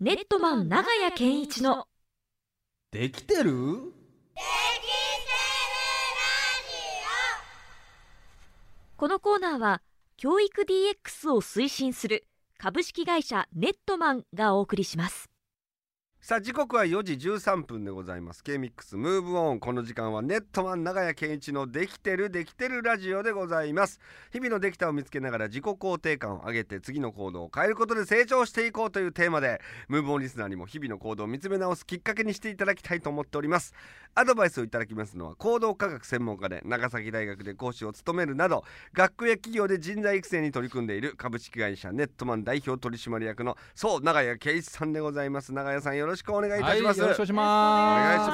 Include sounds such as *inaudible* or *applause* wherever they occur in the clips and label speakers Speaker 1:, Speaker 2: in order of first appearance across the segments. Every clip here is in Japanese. Speaker 1: ネットマン長屋健一の
Speaker 2: できてる
Speaker 1: このコーナーは教育 DX を推進する株式会社ネットマンがお送りします
Speaker 2: さあ時刻は4時13分でございます K-MIX ムーブオンこの時間はネットマン長屋健一のできてるできてるラジオでございます日々のできたを見つけながら自己肯定感を上げて次の行動を変えることで成長していこうというテーマでムーブオンリスナーにも日々の行動を見つめ直すきっかけにしていただきたいと思っておりますアドバイスをいただきますのは行動科学専門家で長崎大学で講師を務めるなど学区や企業で人材育成に取り組んでいる株式会社ネットマン代表取締役のそう長屋圭一さんでございます長屋さんよろしくお願いいたします、
Speaker 3: はい、よろしくお願いし
Speaker 2: お願い
Speaker 3: ま
Speaker 2: し
Speaker 3: す。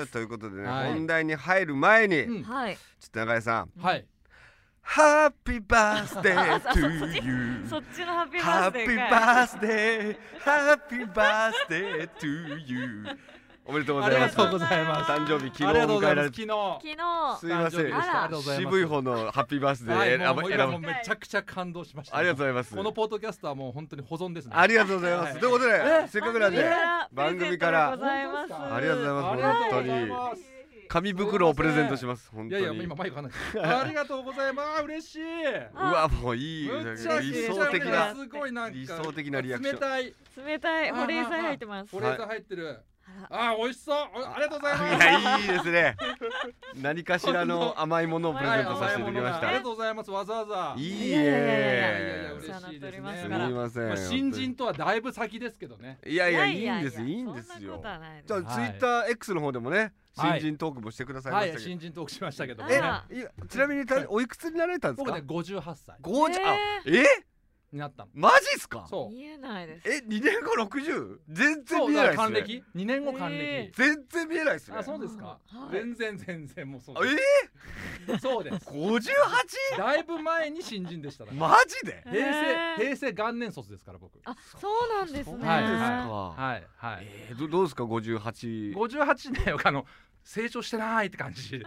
Speaker 2: ますということでね、
Speaker 3: はい
Speaker 2: 本題に入る前に、
Speaker 3: う
Speaker 2: ちょっ
Speaker 3: ん
Speaker 1: はい
Speaker 2: と長屋さん
Speaker 3: はい。
Speaker 2: 「ハッピーバース
Speaker 3: *laughs*
Speaker 2: デート
Speaker 1: そっち
Speaker 2: ゥーユー」
Speaker 1: っちのハッピ
Speaker 2: ハッピーバースデー、ハッピーバースデートゥーユー。おめでとうご
Speaker 3: あ
Speaker 2: ざ
Speaker 3: り
Speaker 2: いま
Speaker 3: が
Speaker 2: す。
Speaker 3: とうございます。
Speaker 2: 誕生日昨日
Speaker 3: ありがとうござ
Speaker 2: 迎え
Speaker 3: いま
Speaker 2: ら
Speaker 1: 昨日
Speaker 3: す。昨日。は誕
Speaker 2: れて、すいません
Speaker 3: 生日でしたありがとうございます
Speaker 2: 渋い方のハッピーバースデ
Speaker 3: い、
Speaker 2: ー
Speaker 3: もう
Speaker 2: 選ば
Speaker 3: もう
Speaker 2: 選
Speaker 3: 今もう
Speaker 2: ば
Speaker 3: めちゃくちゃ感動しました。
Speaker 2: ありがとうございます。
Speaker 3: このポッドキャストはもう本当に保存ですね。
Speaker 2: ありがとうございます。
Speaker 3: はい
Speaker 2: ということで、せっかくなんで番
Speaker 1: 番
Speaker 2: 組
Speaker 1: 組
Speaker 2: か
Speaker 1: かららプレゼントでございます
Speaker 2: ありがとうございます
Speaker 3: ありがとうござい
Speaker 2: 本
Speaker 3: ます
Speaker 2: 紙袋をプレゼントします。本
Speaker 3: い
Speaker 2: 当
Speaker 3: やいや、
Speaker 2: に。
Speaker 3: 今
Speaker 2: う
Speaker 3: マイクがない。ありがとうございます。嬉しい。
Speaker 2: わもういい
Speaker 3: む
Speaker 2: 理
Speaker 3: っちゃくちゃ
Speaker 2: 想的な
Speaker 3: すごいなんか
Speaker 2: 理想的なリアクション
Speaker 3: 冷たい。
Speaker 1: 冷たい
Speaker 3: あー
Speaker 1: 保冷剤入ってます
Speaker 3: 保冷剤入ってる。あー、美味しそう。おありがとうございます。
Speaker 2: いやいいですね。何かしらの甘いものをプレゼントさせていただきま
Speaker 3: は
Speaker 2: し
Speaker 3: いありが
Speaker 2: た。
Speaker 3: とうございます。わざわざ。
Speaker 2: いい
Speaker 1: いやいや
Speaker 3: いやいや
Speaker 2: え
Speaker 3: 嬉。し
Speaker 1: お世
Speaker 3: い
Speaker 1: 話になっておりますか
Speaker 2: すみ
Speaker 1: ら
Speaker 2: ません、
Speaker 3: まあ新人とはだいぶ先ですけどね。
Speaker 2: いやいやいいんですいいんです
Speaker 1: そんな
Speaker 2: よ
Speaker 1: ことはないです
Speaker 2: じゃあ
Speaker 3: はい
Speaker 2: ツイッター X の方でもね
Speaker 3: は
Speaker 2: 新
Speaker 3: い
Speaker 2: 人トークもしてくださいま
Speaker 3: は
Speaker 2: し
Speaker 3: い、
Speaker 2: たけ
Speaker 3: 新人トークしましたけど
Speaker 2: ど
Speaker 3: も
Speaker 1: は
Speaker 2: え
Speaker 1: いあ
Speaker 3: ね。
Speaker 2: いやちなみにたおいくつになられたんです
Speaker 3: 僕
Speaker 2: か
Speaker 3: ね、58歳
Speaker 2: 五十あ
Speaker 1: え
Speaker 2: え
Speaker 3: になったの。
Speaker 2: マジっすか
Speaker 3: そう。
Speaker 1: 見えないです
Speaker 2: え二年後60全然
Speaker 3: そう、
Speaker 2: 見
Speaker 3: だ
Speaker 2: えな
Speaker 3: か
Speaker 2: い
Speaker 3: ら還
Speaker 2: ですね
Speaker 3: 暦 ?2 年後還
Speaker 1: え
Speaker 3: 暦。
Speaker 2: 全然見えないですね
Speaker 3: あ、そうですか
Speaker 1: はい。
Speaker 3: 全然全然もうそう
Speaker 2: え
Speaker 3: でえそうです。
Speaker 2: 五十
Speaker 3: だいぶ前に新人でしただ
Speaker 2: 八
Speaker 3: から。
Speaker 2: マジで
Speaker 3: 平
Speaker 1: えー
Speaker 3: 成、平成元年卒ですから僕。
Speaker 1: あそうなんです
Speaker 2: そう
Speaker 1: ね
Speaker 3: はい
Speaker 2: です
Speaker 3: は
Speaker 2: か
Speaker 3: はい、はい。
Speaker 2: えーどどうですか五十八
Speaker 3: 58年はあの、成長してないって感じ。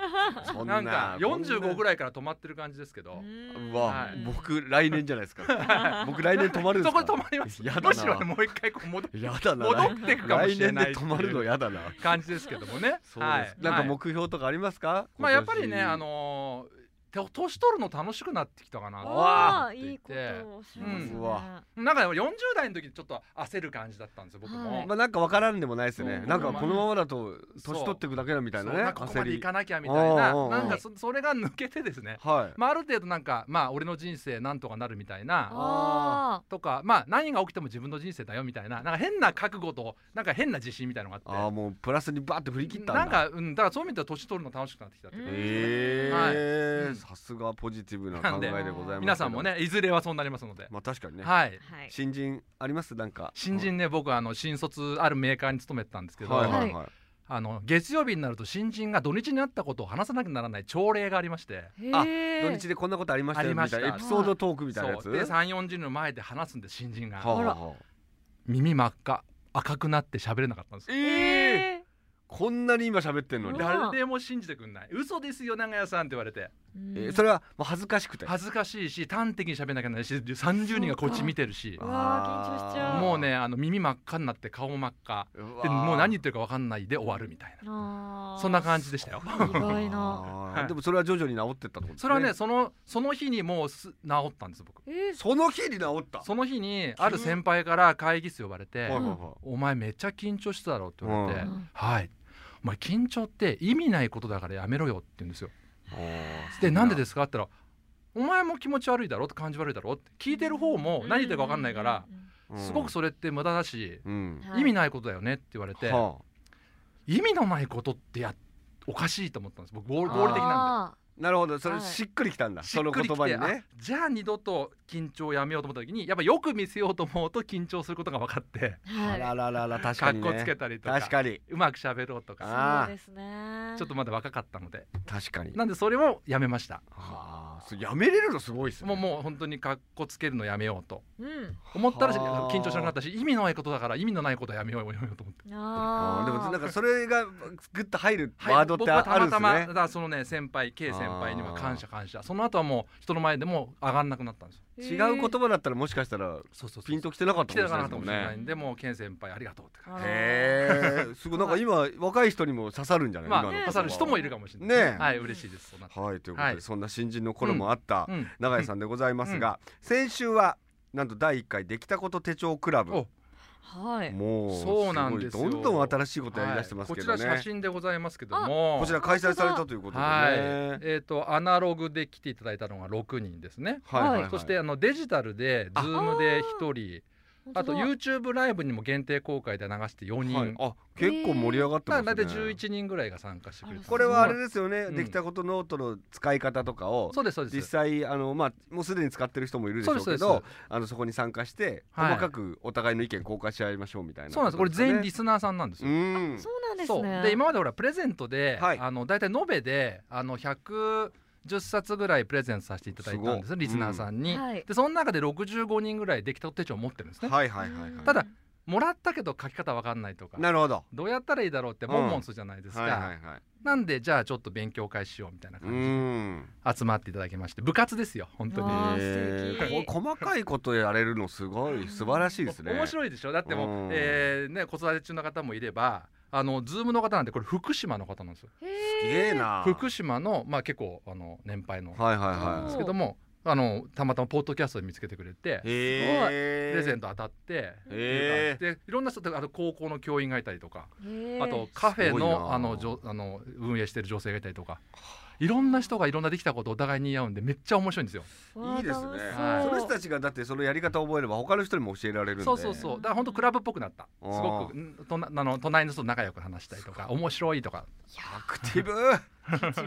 Speaker 2: そ
Speaker 3: なんか、45ぐ
Speaker 2: らい
Speaker 3: らいから止まってる感じですけど。
Speaker 1: う
Speaker 2: うわ
Speaker 3: はい
Speaker 2: 僕来年じゃないですか僕来年泊まるんで
Speaker 3: そ
Speaker 2: すか
Speaker 3: こで止まります。
Speaker 2: やだな
Speaker 3: むしろねもう一回こう戻っ
Speaker 2: やだな
Speaker 3: 戻ってくかも
Speaker 2: 来
Speaker 3: しれ
Speaker 2: 年
Speaker 3: ない
Speaker 2: で
Speaker 3: って
Speaker 2: 泊
Speaker 3: いう
Speaker 2: まるのやだな。
Speaker 3: 感じですけどもね
Speaker 2: そうです、なんか
Speaker 3: はい
Speaker 2: 目標とかありますか、
Speaker 3: まあやっぱりねあ
Speaker 2: の
Speaker 3: のー、て年取るの楽しくなってきたかな。
Speaker 1: わあ
Speaker 3: って言
Speaker 1: い
Speaker 3: っ
Speaker 1: いこ
Speaker 3: て
Speaker 1: とをおっしゃいますね
Speaker 2: うんうわ
Speaker 3: なんかでも40代の時ちょっと焦る感じだったんですよ僕も。
Speaker 1: はい
Speaker 2: まあなんかわからんでもないですよね
Speaker 3: そう
Speaker 2: なんかこのままだと
Speaker 3: そう
Speaker 2: 年取っていくだけだみたいなね
Speaker 3: そうなんかここま
Speaker 2: 焦
Speaker 3: で行
Speaker 2: り
Speaker 3: かなきゃみたいな
Speaker 2: おうおうおう
Speaker 3: なんかそそれが抜けてですね。
Speaker 2: はい
Speaker 3: まあある程度なんかまあ俺の人生なんとかなるみたいな。
Speaker 1: あ
Speaker 3: とかまあ何が起きても自分の人生だよみたいななんか変な覚悟となんか変な自信みたいのが
Speaker 2: あ
Speaker 3: あ
Speaker 2: あ
Speaker 3: って
Speaker 2: もうプラスにバーって振り切ったんだ
Speaker 3: なんかうんだからそういう意味では年取るの楽しくなってきたっていうか
Speaker 2: ええー
Speaker 3: はい
Speaker 2: さすがポジティブな
Speaker 3: な
Speaker 2: 考
Speaker 3: ん
Speaker 2: え
Speaker 3: で
Speaker 2: でございますけど
Speaker 3: 皆さんもねいずれはそうなりますので、
Speaker 2: まあ確かにね、
Speaker 3: はい
Speaker 1: ーはい
Speaker 2: 新人ありますなんか
Speaker 3: 新人ね、僕あの新卒あるメーカーに勤めてたんですけど、
Speaker 2: はいはいはい、
Speaker 3: あの月曜日になると新人が土日にあったことを話さなきゃならない朝礼がありまして
Speaker 2: あ
Speaker 1: へ
Speaker 2: 土
Speaker 1: ー
Speaker 2: 日でこんなことありました
Speaker 3: あ
Speaker 2: よ
Speaker 3: り
Speaker 2: み
Speaker 3: ましたた
Speaker 2: いなエピソードトークみたいなやつ
Speaker 3: そうで3 4 0人の前で話すんです新人が、
Speaker 2: はあはあはあ
Speaker 3: 耳真っ赤赤くなって喋れなかったんですよ
Speaker 2: ええ
Speaker 1: え
Speaker 2: こんなに今喋ってんのに
Speaker 1: うわ
Speaker 3: 誰でも信じてくんない嘘ですよ長屋さんって言われて
Speaker 1: ー
Speaker 2: え
Speaker 1: う
Speaker 2: ー
Speaker 1: ん
Speaker 2: それはもう恥ずかしくて
Speaker 3: 恥ずかしいし端的に喋んなきゃならないし30人がこっち見てるし
Speaker 1: うわー緊張しちゃ
Speaker 3: もうねあの耳真っ赤になって顔も真っ赤
Speaker 2: で
Speaker 3: でもう何言ってるか分かんないで終わるみたいな
Speaker 1: あー
Speaker 3: そんな感じでした
Speaker 2: *laughs*
Speaker 3: よ
Speaker 1: 意外な
Speaker 2: あー
Speaker 3: はい
Speaker 2: でもそれは徐々に治ってったってことです
Speaker 3: それはねそのその日にもうす治ったんです僕
Speaker 1: えー
Speaker 2: その日に治った
Speaker 3: その日にある先輩から会議室呼ばれて
Speaker 2: はいはいはい
Speaker 3: 「お前めっちゃ緊張してたろ」って言われて
Speaker 1: うん
Speaker 3: 「はい」「お前緊張って意味ないことだからやめろよ」って言うんですよ。で「なんでですか?」って言ったら「お前も気持ち悪いだろ」って感じ悪いだろって聞いてる方も何言ってるか分かんないからすごくそれって無駄だし
Speaker 2: うん
Speaker 1: はい
Speaker 3: 意味ないことだよねって言われて
Speaker 2: はあ
Speaker 3: 意味のないことってやおかしいと思ったんです僕合理合理的なんで。
Speaker 1: あ
Speaker 2: なるほどそ
Speaker 1: は
Speaker 2: れ
Speaker 1: い
Speaker 2: しっくりきたんだ
Speaker 3: し
Speaker 2: そ
Speaker 3: っ
Speaker 2: の
Speaker 3: く
Speaker 2: 言
Speaker 3: りき
Speaker 2: 葉
Speaker 3: て、
Speaker 2: にね
Speaker 3: あじゃあ二度と緊張をやめようと思った時にやっぱよく見せようと思うと緊張することが分かって
Speaker 1: ー
Speaker 2: あ
Speaker 1: はい
Speaker 2: らららら確か
Speaker 3: 格
Speaker 2: に
Speaker 3: 好
Speaker 2: ね
Speaker 3: つけたりとか
Speaker 2: 確かに
Speaker 3: うまく喋ろうとか
Speaker 2: あー
Speaker 1: そうですね
Speaker 3: ちょっとまだ若かったので
Speaker 2: 確かに
Speaker 3: なんでそれをやめました
Speaker 2: はああそれやめれるのすごいですね
Speaker 3: もうもう本当にかっこつけるのやめようと
Speaker 1: うん
Speaker 3: 思ったら
Speaker 2: はあ
Speaker 3: 緊張しなくなったし意味のないことだから意味のないことはやめようやめようと思って。
Speaker 1: あ
Speaker 2: あー
Speaker 1: ー
Speaker 2: でもなんかそれがグッと入る
Speaker 3: はい
Speaker 2: ワードって
Speaker 3: 僕は
Speaker 2: あ
Speaker 3: た
Speaker 2: る
Speaker 3: ま
Speaker 2: んで
Speaker 3: た
Speaker 2: す
Speaker 3: ま
Speaker 2: ね
Speaker 3: だからそのね先輩 K 先輩には感謝感謝その後はもう人の前でも上がんなくなったんですよ
Speaker 2: 違う言葉だったらもしかしたら
Speaker 3: そうそうそう
Speaker 2: ピンときてなかった
Speaker 3: 来
Speaker 2: か
Speaker 3: て
Speaker 2: も
Speaker 3: た
Speaker 2: し
Speaker 3: か
Speaker 2: れな
Speaker 3: ないと
Speaker 2: ですも
Speaker 3: 思
Speaker 2: ん
Speaker 3: しれないんでもう K
Speaker 2: ね
Speaker 3: 先輩ありがとうって感
Speaker 1: あー
Speaker 2: へえすごいなんか今若い人にも刺さるんじゃ
Speaker 3: じ
Speaker 2: ない
Speaker 3: まあ
Speaker 2: 今の言葉
Speaker 3: 刺
Speaker 2: は
Speaker 3: さる人もいるかもしれない
Speaker 2: ねえ
Speaker 3: はい嬉しいですそんな
Speaker 2: はいということで、
Speaker 3: はい
Speaker 2: そんな新人の頃もあった
Speaker 3: うん
Speaker 2: 永井さんでございますが、先週はなんと第1回できたこと手帳クラブ
Speaker 3: お
Speaker 1: はい
Speaker 2: もう
Speaker 3: そうなんですよ
Speaker 2: ごいどんどん新しいことやりだしてますけど
Speaker 3: はいこ
Speaker 2: ね、
Speaker 3: ちら写真でございますけども
Speaker 2: こちら開催されたということでね、
Speaker 3: はいえっとアナログで来ていただいたのが6人ですね
Speaker 2: はいはいはい
Speaker 3: そしてあのデジタルで
Speaker 2: あ
Speaker 3: Zoom で1人あと
Speaker 1: 本当だ
Speaker 3: YouTube ライブにも限定公開で流して4人、
Speaker 2: はいあ結構盛り上がってます
Speaker 3: だ
Speaker 2: ね、
Speaker 3: から大体11人ぐらいが参加してくれて
Speaker 2: これはあれ
Speaker 3: で
Speaker 2: ですよね、
Speaker 3: うん
Speaker 2: できたことノートの使い方とかを
Speaker 3: そうですそうで
Speaker 2: 実
Speaker 3: す
Speaker 2: 際あの、まあ、もうすでに使ってる人もいるでしょう
Speaker 3: そう
Speaker 2: け
Speaker 3: ですそう
Speaker 2: ど
Speaker 3: で
Speaker 2: あのそこに参加して
Speaker 3: はい
Speaker 2: 細かくお互いの意見交換し合いましょうみたいな
Speaker 3: そうなんですこれ全員リ
Speaker 2: ス
Speaker 3: スナーさんなんです
Speaker 2: う
Speaker 3: よ、
Speaker 2: ん
Speaker 1: そうなんです
Speaker 3: そう
Speaker 1: ね
Speaker 3: で今までほらプレゼントで、
Speaker 2: はい
Speaker 3: あの大体延べであの110冊ぐらいプレゼントさせていただいたんですよ
Speaker 2: すごい
Speaker 3: リスナーさんに、
Speaker 1: うんはい
Speaker 3: でその中で65人ぐらいできた手帳を持ってるんですね、
Speaker 2: はいはいはいはい
Speaker 3: ただもらったけど書き方わかんないとか
Speaker 2: なるほど
Speaker 3: どうやったらいいだろうって
Speaker 2: うん
Speaker 3: モンモンするじゃないですか、
Speaker 2: はいはいはい
Speaker 3: なんでじゃあちょっと勉強会しようみたいな
Speaker 2: う
Speaker 3: 感
Speaker 2: ん
Speaker 3: じで集まっていただきまして部活ですよ本当に
Speaker 1: うわあ
Speaker 2: え
Speaker 1: 素敵
Speaker 2: ーこ細かいことやれるのすごい素晴らしいですね
Speaker 3: 面白いでしょだっても
Speaker 2: う
Speaker 3: う、
Speaker 2: ん
Speaker 3: えーね、子育て中の方もいればあのズームの方なんてこれ福島の方なんですよ
Speaker 2: すげえな
Speaker 3: 福島の、まあ、結構あの年配ので
Speaker 2: はいはいは
Speaker 3: すけどもあのたまたまポッドキャストで見つけてくれて
Speaker 2: いへ
Speaker 3: プ
Speaker 2: え
Speaker 3: レゼント当たって
Speaker 2: へ
Speaker 3: でいろんな人とあの高校の教員がいたりとかあとカフェ
Speaker 2: すごいな
Speaker 3: のあのじょあの運営してる女性がいたりとかいろんな人がいろんなできたことをお互いに言い合うんでめっちゃ面白いんですよ。
Speaker 2: いいですね
Speaker 3: はい
Speaker 2: その人たちがだってそのやり方を覚えれば他の人にも教えられるんで
Speaker 3: そうそうそうだから本当クラブっぽくなったす
Speaker 2: あー
Speaker 3: ごくんとなあの隣の人と仲良く話したりとか面白いとか *laughs*
Speaker 2: アクティブ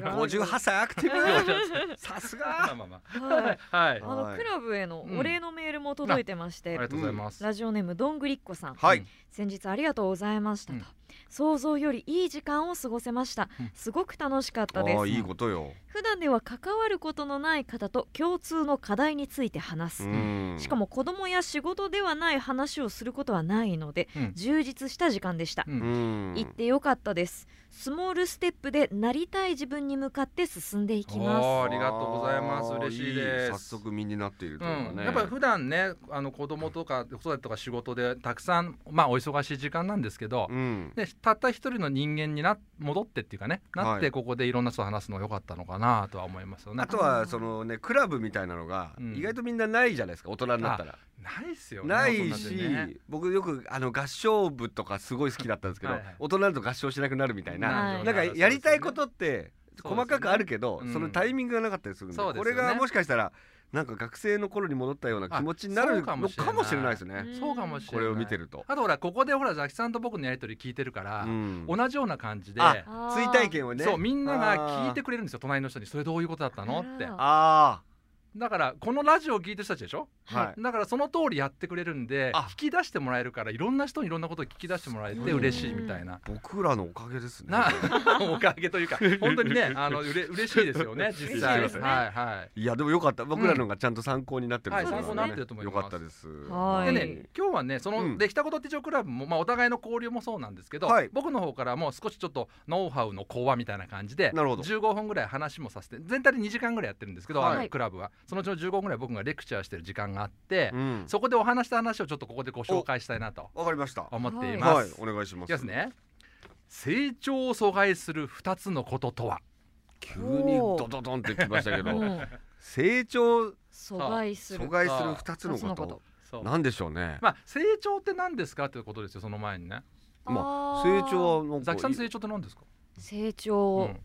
Speaker 2: 58歳アクテ
Speaker 3: *laughs*
Speaker 2: ィブさす
Speaker 3: まあ
Speaker 2: が
Speaker 3: まあま
Speaker 1: はい
Speaker 3: あはいあ
Speaker 1: あのクラブへのお礼のメールも届いてまして、
Speaker 3: りがとうございます。
Speaker 1: ラジオネームどんぐりっこさん
Speaker 2: はい
Speaker 1: 先日ありがとうございましたと、
Speaker 3: うん
Speaker 1: 想像よりいい時間を過ごせました、
Speaker 3: うん
Speaker 1: すごく楽しかっ
Speaker 2: あ
Speaker 1: たです
Speaker 2: ーいいことよ
Speaker 1: 普段では関わることのない方と共通の課題について話す、
Speaker 2: うん
Speaker 1: しかも子供や仕事ではない話をすることはないので、
Speaker 3: うん
Speaker 1: 充実した時間でした、
Speaker 3: う
Speaker 2: うんん
Speaker 1: 行ってよかったですスモールステップでなりたい自分に向かって進んでいきます
Speaker 3: ありがとうございます
Speaker 2: あー
Speaker 3: 嬉しいです
Speaker 2: 早速身になっていると
Speaker 3: う
Speaker 2: いうか
Speaker 3: ん
Speaker 2: ね、
Speaker 3: やっぱり普段ねあの子供とか子育てとか仕事でたくさん、まあ、お忙しい時間なんですけど、
Speaker 2: うん
Speaker 3: でたった一人の人間にな戻ってっていうかねなっ
Speaker 2: はい
Speaker 3: てここでいろんな人と話すのが良かったのかなとは思いますよね。
Speaker 2: あとはそのねクラブみたいなのが
Speaker 3: うん
Speaker 2: 意外とみんなないじゃないですか大人になったら、
Speaker 3: ないっすよね
Speaker 2: ない
Speaker 3: 大人
Speaker 2: し、
Speaker 3: でね
Speaker 2: 僕よくあの合唱部とかすごい好きだったんですけど
Speaker 3: はいはい
Speaker 2: 大人だと合唱しなくなるみたいな、
Speaker 1: はい
Speaker 2: なんかやりたいことって
Speaker 3: そうですね
Speaker 2: 細かくあるけどそ,、
Speaker 3: うん
Speaker 2: のタイミングがなかったりするんで
Speaker 3: そうです
Speaker 2: こ
Speaker 3: よね
Speaker 2: れがもしかしたらなんか学生の頃に戻ったような気持ちにな
Speaker 3: あ
Speaker 2: る
Speaker 3: そ
Speaker 2: の
Speaker 3: うか
Speaker 2: か
Speaker 3: も
Speaker 2: も
Speaker 3: し
Speaker 2: し
Speaker 3: れない
Speaker 2: れないですね、
Speaker 1: うん
Speaker 3: そうかもしれ
Speaker 2: こ
Speaker 3: ない
Speaker 2: れを見てると。
Speaker 3: あとほらここでほらザキさんと僕のやり取り聞いてるから、
Speaker 2: うん
Speaker 3: 同じような感じで、
Speaker 2: あ
Speaker 1: あー
Speaker 2: 追体験をね
Speaker 3: そうみんなが聞いてくれるんですよ隣の人にそれどういうことだったのって
Speaker 1: あ
Speaker 2: あ
Speaker 3: だからこのラジオを聞いてる人たちでしょ
Speaker 2: あはい
Speaker 3: だからその通りやってくれるんで
Speaker 2: あ
Speaker 3: 聞き出してもらえるからいろんな人にいろんなことを聞き出してもらえて嬉しいみたいな。
Speaker 2: 僕らのおかげですね
Speaker 3: な *laughs* おかげと
Speaker 2: *laughs*
Speaker 3: いうか本当にねあのうれ嬉しいですよね実
Speaker 1: 嬉し
Speaker 3: 際
Speaker 1: いですね
Speaker 3: はいはい
Speaker 2: いやでもよかった僕らのがちゃんと参考になってる
Speaker 3: はい
Speaker 1: 参考に
Speaker 2: な
Speaker 1: な
Speaker 3: ってると思います
Speaker 2: よかったです
Speaker 1: は
Speaker 3: で
Speaker 1: い
Speaker 3: ね今日はねその、
Speaker 2: うん
Speaker 3: できたこと手帳クラブも、まあ、お互いの交流もそうなんですけど、
Speaker 2: はい
Speaker 3: 僕の方からも少しちょっとノウハウの講話みたいな感じで
Speaker 2: なるほど
Speaker 3: 15分ぐらい話もさせて全体で2時間ぐらいやってるんですけど、
Speaker 2: はい
Speaker 3: あのクラブはそのうちの15分ぐらい僕がレクチャーしてる時間があって、
Speaker 2: うん
Speaker 3: そこでお話した話をちょっとここでご紹介したいなと
Speaker 2: わかりました
Speaker 3: 思っています。
Speaker 2: はい
Speaker 3: い、
Speaker 2: お願いします
Speaker 3: きますね成長を阻害する2つのこととは
Speaker 2: 急にドドドンってきましたけ
Speaker 1: う
Speaker 2: ど
Speaker 1: ん
Speaker 2: 成長
Speaker 1: 阻害する
Speaker 2: 阻害する二つの
Speaker 1: 二つの
Speaker 2: こ
Speaker 1: ことと
Speaker 2: なんでしょうね
Speaker 3: まあ、成長って何ですかということですよその前にね
Speaker 2: まあ
Speaker 1: ー
Speaker 2: 成長はなんか
Speaker 3: ザキさん成長って何ですか、
Speaker 1: 成長、
Speaker 3: うん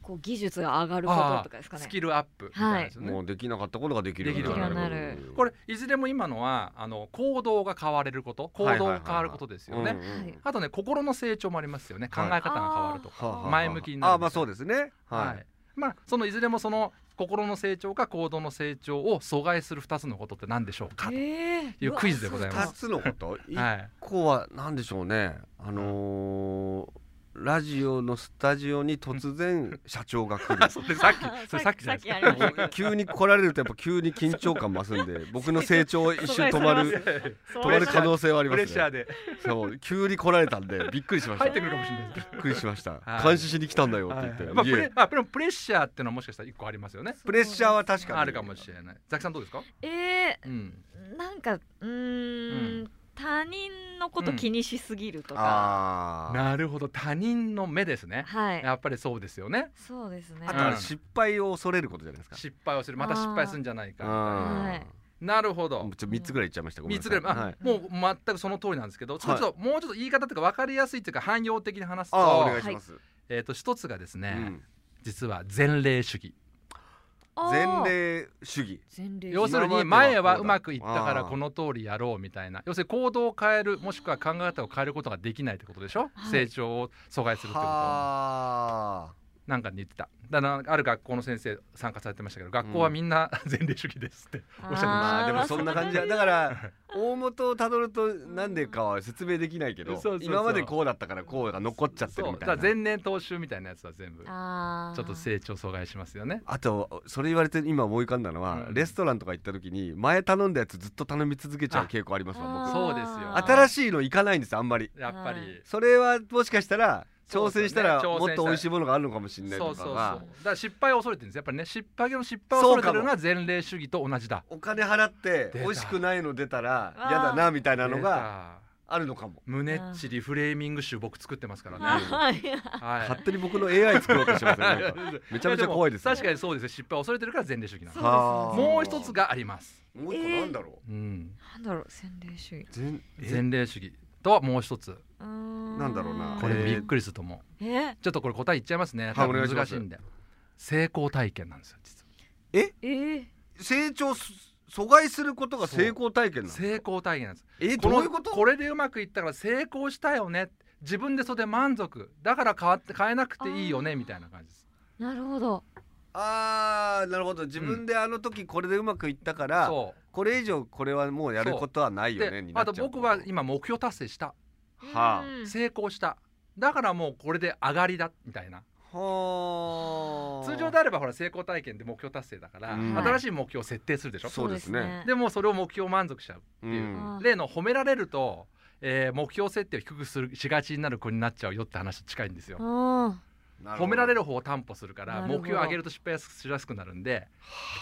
Speaker 1: こう技術が上がること
Speaker 3: ああ
Speaker 1: とかですかね
Speaker 3: スキルアップみたいなですよね、
Speaker 2: もうできなかったことができ
Speaker 3: で
Speaker 2: る
Speaker 3: きるように
Speaker 1: なる
Speaker 3: これいずれも今のはあの行動が変われること行動が変わることですよね、
Speaker 2: うんうん
Speaker 1: はい
Speaker 3: あとね心の成長もありますよね考え方が変わるとか、
Speaker 2: はあはあ
Speaker 3: 前向きになる
Speaker 2: あまあそうですね
Speaker 3: はい
Speaker 2: はい
Speaker 3: まあそのいずれもその心の成長か行動の成長を阻害する2つのことって何でしょうかと
Speaker 1: え
Speaker 3: いうクイズでございま
Speaker 2: 二
Speaker 3: す
Speaker 2: つのこと一
Speaker 3: はい
Speaker 2: 個はなんでしょうねあのーラジオのスタジオに突然社長が来る
Speaker 3: それさっきそれさっきじゃな
Speaker 1: さっ
Speaker 3: いです
Speaker 1: きありまし
Speaker 2: 急に来られるとやっぱ急に緊張感増す
Speaker 3: *laughs*
Speaker 2: んで僕の成長一瞬止まる
Speaker 3: か
Speaker 1: そ
Speaker 2: 止
Speaker 1: う
Speaker 2: ま
Speaker 1: で
Speaker 2: る
Speaker 1: す
Speaker 2: 可能性はあり
Speaker 3: プ
Speaker 2: ま
Speaker 3: レッ
Speaker 2: す
Speaker 3: シャー
Speaker 2: ね
Speaker 3: で
Speaker 2: そう急に来られたんでびっくりしました
Speaker 3: 入っ
Speaker 2: び
Speaker 3: て
Speaker 2: っ
Speaker 3: くるかもしれないです
Speaker 2: くりしました
Speaker 3: はい
Speaker 2: 監視しに来たんだよって言って
Speaker 3: はいまあプ
Speaker 2: 家
Speaker 3: レあプレプレッシャーってのはもしかしたら一個ありますよね
Speaker 2: プレッシャーは確かに
Speaker 3: あるかもしれないザキさんどうですか
Speaker 1: え
Speaker 3: うん
Speaker 1: ー、なんかうー
Speaker 3: うん
Speaker 1: 他人のこと気にしすぎるとか、
Speaker 2: あー
Speaker 3: なるほど他人の目ですね
Speaker 1: はい
Speaker 3: やっぱりそうですよね
Speaker 1: そうですね
Speaker 2: あとは失敗を恐れることじゃないですか
Speaker 3: 失敗をするまた失敗するんじゃないか
Speaker 1: は
Speaker 2: あ
Speaker 1: い
Speaker 3: なるほど
Speaker 2: ちょ三つぐらい言っちゃいましたごめん
Speaker 3: 3
Speaker 2: な
Speaker 3: つ
Speaker 2: さ
Speaker 3: ぐらい、あ
Speaker 2: はい
Speaker 3: もう全くその通りなんですけど、ちょっともうちょっと言い方とか分かりやすいというか汎用的に話す
Speaker 2: ああお
Speaker 3: と,、
Speaker 2: 願いします
Speaker 3: えー、と一つがですね、
Speaker 2: うん
Speaker 3: 実は前例主義
Speaker 1: あー
Speaker 2: 前例主義
Speaker 1: 前例
Speaker 3: 要するに前はうまくいったからこの通りやろうみたいな要するに行動を変えるもしくは考え方を変えることができないってことでしょ、
Speaker 1: はい
Speaker 3: 成長を阻害するってこと
Speaker 2: はあ
Speaker 3: なんかに言ってただなある学校の先生参加されてましたけど学校はみんな *laughs* 前例主義ですって、おっしゃってました
Speaker 2: まあでもそんな感じだだからら大元をたどるとなんでかは説明できないけど
Speaker 3: そうそうそう
Speaker 2: 今までこうだったからこうが残っちゃってる
Speaker 3: そう
Speaker 2: み
Speaker 3: だ
Speaker 2: た
Speaker 3: か
Speaker 2: い
Speaker 3: ら
Speaker 2: な
Speaker 3: 前年踏襲みたいなやつは全部ち
Speaker 1: あー
Speaker 3: ょっと成長阻害しますよね
Speaker 2: あとそれ言われて今思い浮かんだのは、
Speaker 3: うん
Speaker 2: レストランとか行った時に前頼んだやつずっと頼み続けちゃう傾向ありますわ
Speaker 1: あ
Speaker 3: そうですよ
Speaker 2: 僕
Speaker 1: *laughs* ー
Speaker 2: 新しいの行かないんですあんまり
Speaker 3: やっぱり、
Speaker 1: はい
Speaker 2: それはもしかしたら
Speaker 3: そう
Speaker 2: 挑
Speaker 3: ですよね
Speaker 2: 戦したら
Speaker 3: 挑戦した
Speaker 2: も
Speaker 3: ら
Speaker 2: っと美味しいものがあるのかもしれない
Speaker 3: そ
Speaker 2: と
Speaker 3: うそう
Speaker 2: か
Speaker 3: そうだ
Speaker 2: が
Speaker 3: から失敗を恐れてるんですやっぱりね失敗の失敗を恐れてるのが前例主義と同じだ
Speaker 2: お金払って
Speaker 3: 出た
Speaker 2: 美味しくないの出たら
Speaker 1: あー
Speaker 2: 嫌だなみたいなのが
Speaker 3: が
Speaker 2: あるのかも
Speaker 3: 胸っちリフレーミング集僕作ってますからね
Speaker 1: あはい
Speaker 3: はい
Speaker 2: 勝手に僕の AI 作ろうとしてます
Speaker 3: *laughs*
Speaker 2: ねなんかめちゃめちゃ怖いですね
Speaker 3: やも確かにそうですよ失敗を恐れてるから前例主義なんです
Speaker 1: そう
Speaker 2: は
Speaker 1: で
Speaker 2: あ
Speaker 1: すね
Speaker 3: もう一つがあります、
Speaker 2: もう一個なんだろう、
Speaker 3: うん、
Speaker 1: なんだろう洗礼主義
Speaker 2: 全え
Speaker 3: 前例主義とはもう一つ
Speaker 1: うーん
Speaker 2: なんだろうな
Speaker 3: これびっくりすると思う、
Speaker 1: え
Speaker 3: ちょっとこれ答え言っちゃいますね、
Speaker 2: い
Speaker 3: 多分
Speaker 2: お願いしま
Speaker 3: 難
Speaker 2: す
Speaker 3: しいんで成功体験なんですよ実は
Speaker 1: えー
Speaker 2: 成長す阻害することが成功体験なの
Speaker 3: 成功体験なんです
Speaker 2: え
Speaker 3: こ
Speaker 2: ど
Speaker 3: の
Speaker 2: ういうこと
Speaker 3: これでうまくいったから成功したよね自分でそれで満足だから変わって変えなくていいよ
Speaker 1: あ
Speaker 3: ね
Speaker 1: ー
Speaker 3: みたいな感じです
Speaker 1: なるほど
Speaker 2: あーなるほど自分であの時これでうまくいったから、
Speaker 3: そ
Speaker 2: これ以上これはもうやることはな
Speaker 3: う
Speaker 2: いよね
Speaker 3: で
Speaker 2: にな
Speaker 3: あ
Speaker 2: っちゃ
Speaker 3: と
Speaker 2: う
Speaker 3: 僕は今目標達成した
Speaker 2: はあ
Speaker 1: うん
Speaker 3: 成功しただからもうこれで上がりだみたいな
Speaker 2: はあ
Speaker 3: 通常であればほら成功体験で目標達成だから、
Speaker 2: うん
Speaker 3: 新しい目標を設定するでしょ、
Speaker 2: そうですね
Speaker 3: でもそれを目標満足しちゃう
Speaker 2: う
Speaker 3: っていうん
Speaker 1: うん
Speaker 3: 例の褒められると、えー目標設定を低くするしがちになる子になっちゃうよって話と近いんですよ
Speaker 1: うん
Speaker 2: なほど
Speaker 3: 褒められる方を担保するから
Speaker 1: なる
Speaker 3: 目
Speaker 1: ほど
Speaker 3: 標を上げると失敗しやすくなるんで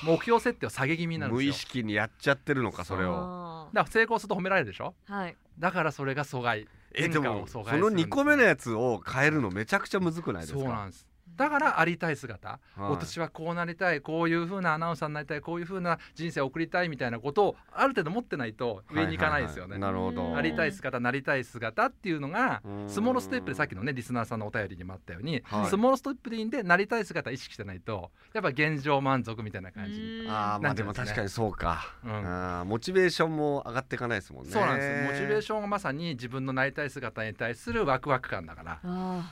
Speaker 3: 目標設定を下げ気味になるん
Speaker 2: 無
Speaker 3: で
Speaker 2: 意
Speaker 3: すよ
Speaker 2: 識にやっちゃってるのかそれを
Speaker 1: あ
Speaker 3: だから成功すると褒められるでしょ
Speaker 1: ーはい
Speaker 3: だからそれが阻害
Speaker 2: えで
Speaker 3: 変化
Speaker 2: も
Speaker 3: を
Speaker 2: そ
Speaker 3: 阻害する
Speaker 2: の2個目のやつを変えるのめちゃくちゃむずくないですか
Speaker 3: そうなんですだからありたい姿、
Speaker 2: はい
Speaker 3: 私はこうなりたいこういう風なアナウンサーになりたいこういう風な人生を送りたいみたいなことをある程度持ってないと上に行かないですよね、
Speaker 2: はははなるほど
Speaker 3: ありたい姿なりたい姿っていうのが
Speaker 2: うん
Speaker 3: スモールステップでさっきのねリスナーさんのお便りにもあったように、
Speaker 2: はい
Speaker 3: スモールステップでいいんでなりたい姿意識してないとやっぱ現状満足みたいな感じに、
Speaker 1: うーん
Speaker 2: あーま
Speaker 3: な
Speaker 2: あ
Speaker 3: んてい
Speaker 2: で
Speaker 3: うん
Speaker 2: も
Speaker 3: ですかね
Speaker 2: 確かにそうか、
Speaker 3: うん
Speaker 2: あーモチベーションも上がっていかないですもんね
Speaker 3: そうなんですモチベー
Speaker 2: ョ
Speaker 3: ションがまさに自分のなりたい姿に対するワクワク感だから、
Speaker 1: あ
Speaker 3: うん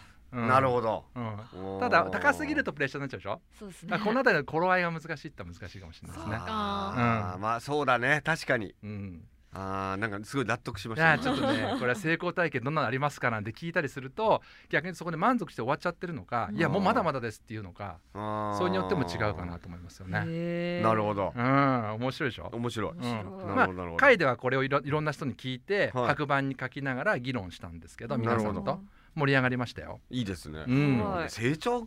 Speaker 2: なるほど
Speaker 3: うん
Speaker 2: おー
Speaker 3: ただ高すぎるとプレッシャーになっちゃうでしょ
Speaker 1: ーそうですね
Speaker 3: だからこの辺りの頃合いが難しいってのは難しいかもしれないですね。
Speaker 2: あー
Speaker 3: うん
Speaker 2: まあそうだね確かに
Speaker 3: うん、
Speaker 2: あーなんかすごい納得しま
Speaker 3: い
Speaker 2: した
Speaker 3: やちょっとねこれは成功体験どんなのありますかなんて聞いたりすると逆にそこで満足して終わっちゃってるのかいやもうまだまだですっていうのか
Speaker 2: あー
Speaker 3: それによっても違うかなと思いますよね。
Speaker 1: へー
Speaker 2: なるほど
Speaker 3: うん面白いでしょ。
Speaker 2: 面白い
Speaker 1: 面
Speaker 3: うん
Speaker 1: 白い
Speaker 2: なる
Speaker 3: ま
Speaker 2: ほどなるほ
Speaker 3: あ
Speaker 2: ど
Speaker 3: 会ではこれをいろいろんな人に聞いて、
Speaker 2: はい
Speaker 3: 白板に書きながら議論したんですけど皆さ
Speaker 2: なる
Speaker 3: ん
Speaker 2: ほ
Speaker 3: と盛り上がりましたよ。
Speaker 2: いいですね
Speaker 3: う
Speaker 1: す
Speaker 3: ん
Speaker 1: ごい
Speaker 2: 成長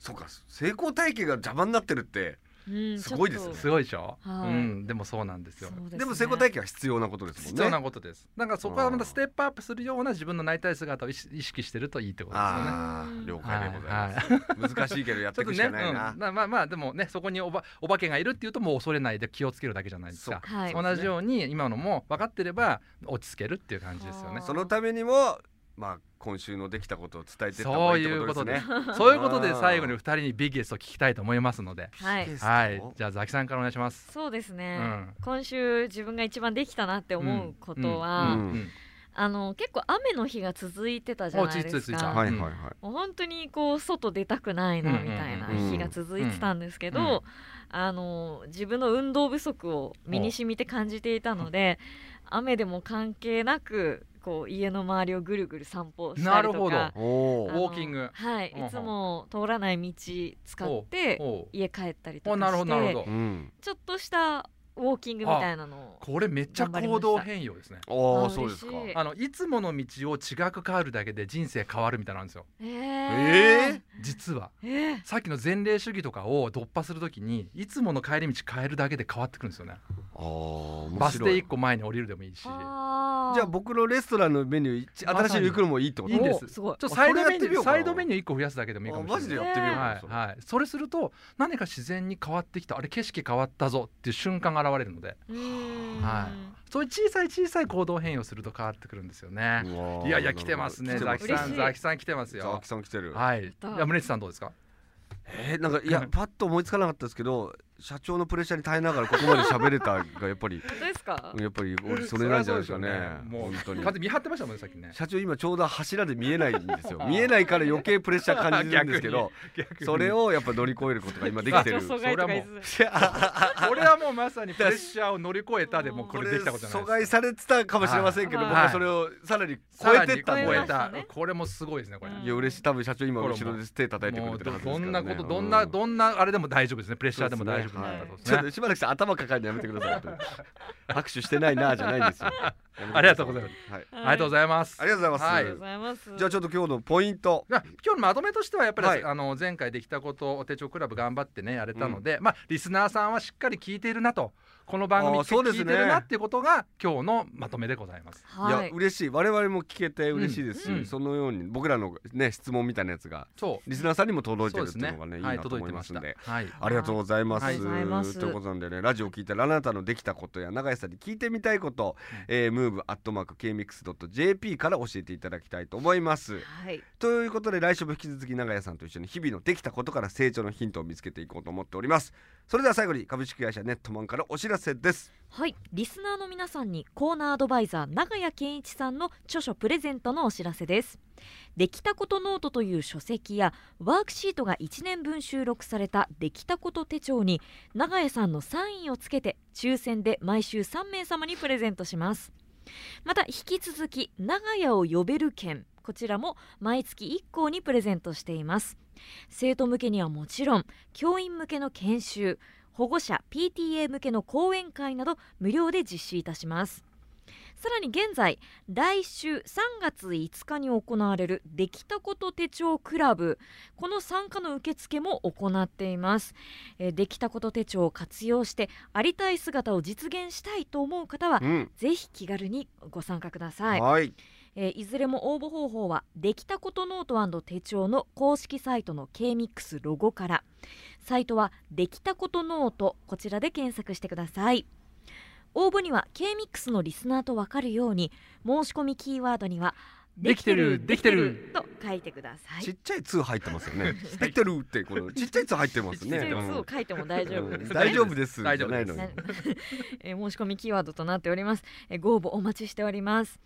Speaker 2: そうか成功体験が邪魔になってるって
Speaker 1: うん
Speaker 2: すごいですね
Speaker 1: ちょっ
Speaker 3: すごいでしょ、
Speaker 1: はい
Speaker 3: うんでもそうなんです
Speaker 1: と
Speaker 3: よ。
Speaker 1: そうすね
Speaker 2: でも成功体験は必要なことですもんね
Speaker 3: 必要なことです。だからそこはまたステップアップするような自分のなりたい姿を意識意識してるといいってことですよね。
Speaker 1: う
Speaker 2: ああ
Speaker 1: ん
Speaker 2: 了解でございます、
Speaker 3: はいはい
Speaker 2: 難しいけどやっ
Speaker 3: ちょ
Speaker 2: て
Speaker 3: っと
Speaker 2: いくし
Speaker 3: ね、う
Speaker 2: か
Speaker 3: ん、
Speaker 2: ないな、
Speaker 3: なまあまあでもねそこにおばお化けがいるっていうともう恐れないで気をつけるだけじゃないですか。
Speaker 1: はい
Speaker 3: 同じように今のも分かってれば落ち着けるっていう感じですよね
Speaker 1: あー。
Speaker 2: そのためにもまあ今週のできたことを伝えていった方
Speaker 3: そ
Speaker 2: が
Speaker 3: う
Speaker 2: いいっ
Speaker 3: い
Speaker 2: て
Speaker 3: う
Speaker 2: こ
Speaker 3: ことと
Speaker 2: で
Speaker 3: です
Speaker 2: ね *laughs*
Speaker 3: す。そういうことで最後に二人にビギエストを聞きたいと思いますので。
Speaker 1: はい
Speaker 3: はい、じゃあザキさんからお願いします。
Speaker 1: そうですね、
Speaker 3: うん
Speaker 1: 今週自分が一番できたなって思うことは、
Speaker 2: うんうん
Speaker 1: あの結構雨の日が続いてたじゃないで
Speaker 3: おついつ
Speaker 1: す
Speaker 3: いついた
Speaker 1: か、
Speaker 2: はいはいはい
Speaker 1: もう本当にこう外出たくないなみたいな日が続いてたんですけど、
Speaker 3: うんうんうん
Speaker 1: あの自分の運動不足を身に染みて感じていたので雨でも関係なくこう家の周りをぐるぐる散歩したりとか
Speaker 3: なるほど
Speaker 2: お
Speaker 1: あ
Speaker 2: おー
Speaker 1: の
Speaker 3: ウォーキング
Speaker 1: はい
Speaker 3: うんうん
Speaker 1: いつも通らない道使って
Speaker 3: おう
Speaker 1: 家帰ったりと
Speaker 3: お
Speaker 1: か
Speaker 3: なるほ
Speaker 1: し
Speaker 3: どなるほ
Speaker 1: て
Speaker 3: ど
Speaker 2: うん
Speaker 1: ちょっとしたウォーキングみたいなのを
Speaker 3: これめっちゃ行動変容ですね
Speaker 2: お
Speaker 1: あ
Speaker 2: おそうですか
Speaker 1: 嬉しい
Speaker 3: あのいつもの道を違く変わるだけで人生変わるみたいなんですよ
Speaker 1: え
Speaker 2: え
Speaker 1: ー
Speaker 3: 実は
Speaker 1: えー
Speaker 3: さっきの前例主義とかを突破するときにいつもの帰り道変えるだけで変わってくるんですよね
Speaker 2: あー面
Speaker 3: バス
Speaker 2: 白い
Speaker 3: 停一個前に降りるでもいいしちょ
Speaker 1: あー
Speaker 2: じゃあ僕のレストランのメニュー一新しいの行くのもいいってこと
Speaker 3: いいんです
Speaker 1: おすごい
Speaker 3: っとサイドメ
Speaker 2: あそれや
Speaker 3: ニ
Speaker 2: ってみ
Speaker 3: ュ
Speaker 2: よ
Speaker 3: ー
Speaker 2: うかな
Speaker 3: サイドメニュー一個増やすだけでもいいかもしれない
Speaker 2: あマジでやってみようかな
Speaker 3: はい
Speaker 2: それ
Speaker 3: はい、それすると何か自然に変わってきたあれ景色変わったぞっていう瞬間が現れるので
Speaker 1: うーん
Speaker 3: はそういう小さい小さい行動変容すると変わってくるんですよね
Speaker 2: うわー
Speaker 3: いやいや来てますね
Speaker 2: 来て
Speaker 3: ザ
Speaker 2: ま
Speaker 3: キ
Speaker 2: す
Speaker 1: 嬉
Speaker 3: さ
Speaker 1: し
Speaker 3: ん
Speaker 1: い
Speaker 3: ザキさん来てます
Speaker 2: ザ
Speaker 3: よ
Speaker 2: キさん来てる
Speaker 3: はいい
Speaker 1: た
Speaker 3: や宗地さんどうですか
Speaker 2: えーなんか
Speaker 3: *laughs*
Speaker 2: いやパッと思いつかなかったですけど社長のプレッシャーに耐えながらここまで喋れたがやっぱり
Speaker 1: 本当ですか
Speaker 2: やっぱり俺それなんじゃないですか
Speaker 3: そ
Speaker 2: ね
Speaker 3: りゃそうでしょう *laughs* もう
Speaker 2: 本当に
Speaker 3: 完全に見張ってましたもんねさっきね
Speaker 2: 社長今ちょうど柱で見えないんで
Speaker 3: *laughs*
Speaker 2: すよ見えないから余計プレッシャー感じるんですけどそれをやっぱ乗り越えることが今できてる
Speaker 1: 社長阻害とか言いづらい
Speaker 2: いや
Speaker 3: これはもうまさにプレッシャーを乗り越えたでもうこ
Speaker 2: こ
Speaker 3: れで
Speaker 2: れ
Speaker 3: きたことじゃない
Speaker 2: 阻
Speaker 3: ですか
Speaker 2: 害されてたかもしれませんけど
Speaker 1: はい
Speaker 2: 僕はそれをさらに超えてった
Speaker 1: さら
Speaker 2: ん
Speaker 1: にえま
Speaker 3: 超え
Speaker 2: で
Speaker 1: した
Speaker 3: た
Speaker 1: ね
Speaker 3: これもすごいですねこれ
Speaker 1: うん
Speaker 2: いや嬉しい多分社長今
Speaker 3: これも
Speaker 2: 後ろで手叩いてく
Speaker 3: も
Speaker 2: れ
Speaker 3: う
Speaker 2: てるはずですから
Speaker 3: ど
Speaker 2: ね
Speaker 3: んなことどんな
Speaker 2: う
Speaker 3: どんなあれでも大丈夫ですねプレッシャーでも大丈夫
Speaker 2: そう
Speaker 3: な
Speaker 1: ですね
Speaker 3: んだとです
Speaker 2: *laughs* ちょっ
Speaker 3: ね
Speaker 2: としばらくして頭抱えるのやめてください本当に拍手してないなじゃないんですよ、
Speaker 3: *laughs* ありがとうございます
Speaker 2: はい、
Speaker 3: ありがとうご
Speaker 1: い
Speaker 3: ざいます
Speaker 2: ありがとうござ
Speaker 1: あ
Speaker 3: は
Speaker 2: い
Speaker 1: りがとう
Speaker 2: ま
Speaker 1: ご
Speaker 2: す、
Speaker 1: ざいます
Speaker 2: じゃあちょっと今日のポイント
Speaker 3: まあ今日のまとめとしてはやっぱり、
Speaker 2: はい
Speaker 3: あの前回できたことを手帳クラブ頑張ってねやれたので、まあリスナーさんはしっかり聞いているなとこの番組
Speaker 2: あーそう
Speaker 3: 聞
Speaker 2: で
Speaker 3: い
Speaker 2: す
Speaker 3: て
Speaker 2: ね
Speaker 3: るなっていうことが今日のまとめでございます。
Speaker 2: い
Speaker 1: は
Speaker 2: や
Speaker 1: い
Speaker 2: 嬉しい我々も聞けて嬉しいですし、
Speaker 3: うん
Speaker 2: そのように僕らのね質問みたいなやつが
Speaker 3: そう
Speaker 2: リスナーさんにも届いて
Speaker 3: そう
Speaker 2: る
Speaker 3: で
Speaker 2: っ
Speaker 3: す
Speaker 2: ていう
Speaker 3: ね
Speaker 2: のがねいい
Speaker 3: は
Speaker 2: なと
Speaker 3: 届い
Speaker 2: 思
Speaker 3: て
Speaker 2: いま
Speaker 3: ますし
Speaker 2: ん
Speaker 3: た
Speaker 2: で。
Speaker 3: はい
Speaker 2: ありがとうございます。
Speaker 3: あり
Speaker 1: がとうございます
Speaker 2: ということなんでね、ラジオ聞いたらあなたのできたことや永井さんに聞いてみたいこと、えー、move アットマーク kmix.jp から教えていただきたいと思います。
Speaker 1: はい
Speaker 2: ということで来週も引き続き永井さんと一緒に日々のできたことから成長のヒントを見つけていこうと思っております。それでは最後に株式会社ネットマンからお知らせです。
Speaker 1: はい、リスナーの皆さんにコーナーアドバイザー長谷健一さんの著書プレゼントのお知らせですできたことノートという書籍やワークシートが1年分収録されたできたこと手帳に長谷さんのサインをつけて抽選で毎週3名様にプレゼントしますまた引き続き長屋を呼べる券こちらも毎月1校にプレゼントしています生徒向けにはもちろん教員向けの研修保護者 PTA 向けの講演会など無料で実施いたしますさらに現在来週3月5日に行われるできたこと手帳クラブこの参加の受付も行っています、えーできたこと手帳を活用してありたい姿を実現したいと思う方は
Speaker 2: うん、
Speaker 1: ぜひ気軽にご参加ください、
Speaker 2: はい
Speaker 1: えーいずれも応募方法はできたことノート手帳の公式サイトの KMIX ロゴからサイトはできたことノートこちらで検索してください応募には KMIX のリスナーと分かるように申し込みキーワードには
Speaker 3: できてる
Speaker 1: できて
Speaker 3: でき
Speaker 1: ると書いてください
Speaker 2: ちっちゃい「通入ってますよね。できてるって
Speaker 1: *laughs*
Speaker 2: このちっちゃい「通入ってます
Speaker 1: ちっちゃ
Speaker 2: ね。
Speaker 1: い
Speaker 2: うん
Speaker 1: 図を書いても大丈夫です、ね、
Speaker 2: 大丈夫です。
Speaker 3: 大丈夫です
Speaker 2: じゃないのよ
Speaker 1: *laughs* えー申し込みキーワードとなっております、えーご応募お待ちしております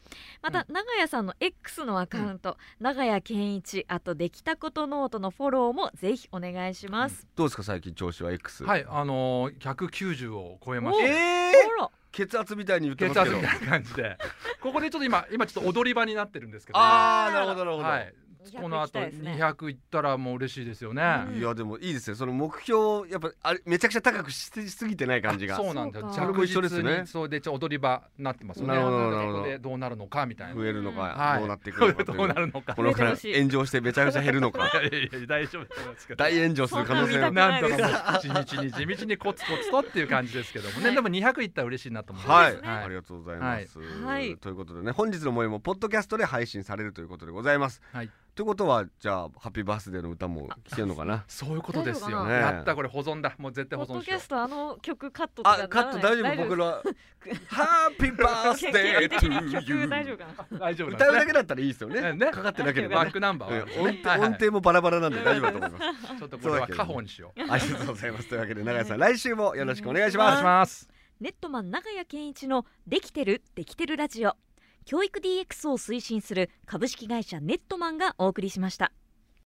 Speaker 1: また、長屋さんの X のアカウント、長屋健一あとできたことノートのフォローもぜひお願いします、
Speaker 2: どうですか最近調子は X。
Speaker 3: はいあのー、190を超えま
Speaker 1: お
Speaker 3: して
Speaker 2: え
Speaker 1: フォロ
Speaker 2: 血圧みたいに言って
Speaker 3: 血
Speaker 2: ま
Speaker 3: 圧
Speaker 2: すけど
Speaker 3: み。たいな感じでここでちょっと今今ちょっと踊り場になってるんですけど
Speaker 2: ああなるほどなるほど。
Speaker 3: はい、
Speaker 1: 200
Speaker 3: この後
Speaker 1: 行きたいですね
Speaker 3: 200いったらもう嬉しいですよね、
Speaker 1: うん
Speaker 2: いやでもいいですねその目標をやっぱあれめちゃくちゃ高くしすぎてない感じが
Speaker 3: そうなんだ
Speaker 1: そうか
Speaker 3: 着
Speaker 2: それも一緒で
Speaker 3: 実
Speaker 2: す
Speaker 3: に
Speaker 2: ね
Speaker 3: そうでちょっと踊り場になってますよね
Speaker 2: なるほどなるほど
Speaker 3: ここでどうなるのかみたいな
Speaker 2: 増えるのか、
Speaker 3: はい
Speaker 2: どうなっていく
Speaker 3: これ
Speaker 2: のか
Speaker 3: ど
Speaker 2: という
Speaker 3: うなるのか
Speaker 2: このから
Speaker 1: 増えてほしい
Speaker 2: 炎上してめちゃくちゃ減るの
Speaker 3: *laughs*
Speaker 2: か
Speaker 3: いやいや大丈夫だと思いますけど
Speaker 2: *laughs* 大炎上する可能性
Speaker 1: そ
Speaker 2: が
Speaker 1: んな見
Speaker 3: なんとかもう地道に地道にコツコツとっていう感じですけどもね、
Speaker 1: はい
Speaker 3: でも200いったら嬉しいなと思います
Speaker 2: はい、
Speaker 1: そうですね
Speaker 2: ありがとうございます、
Speaker 1: はい
Speaker 2: ということでね本日の萌えもポッドキャストで配信されるということでございます、
Speaker 3: はい
Speaker 2: ということはじゃあハッピーバースデーの歌も聴けるのかな
Speaker 3: そういうことです
Speaker 1: 大丈
Speaker 3: よ、
Speaker 1: 夫
Speaker 2: かな
Speaker 3: やったこれ保存だもう絶対 *laughs*
Speaker 1: ポ
Speaker 3: 保
Speaker 1: ッド
Speaker 3: 存し
Speaker 1: キ
Speaker 3: よ
Speaker 1: ャ
Speaker 3: う
Speaker 1: ストあの曲カットとか
Speaker 2: あカット大丈夫僕
Speaker 1: の
Speaker 2: のは「ハッピーバースデー
Speaker 1: 的
Speaker 2: ト
Speaker 1: に
Speaker 2: ゥ
Speaker 1: 曲大
Speaker 2: ー
Speaker 1: 丈
Speaker 2: ユ
Speaker 1: 夫かな
Speaker 3: 大丈夫なん
Speaker 2: 歌うだ
Speaker 3: け
Speaker 2: けだったらいいですよね
Speaker 3: ね
Speaker 2: かかってなければ
Speaker 3: バ
Speaker 2: ね
Speaker 3: ッ、クナンバー
Speaker 2: うん
Speaker 3: は、
Speaker 2: 音程
Speaker 3: はいはい
Speaker 2: 音程もバラバラなんで大丈夫だと思います
Speaker 3: ちょっとこれは家宝にしよう
Speaker 2: ありがとうございます。というわけで永井さん、来週もよろしくお願いし
Speaker 3: お
Speaker 2: ま
Speaker 3: 願い
Speaker 2: す
Speaker 3: し。ます
Speaker 1: ネットマン長屋健一のできてるできてるラジオ教育 DX を推進する株式会社ネットマンがお送りしました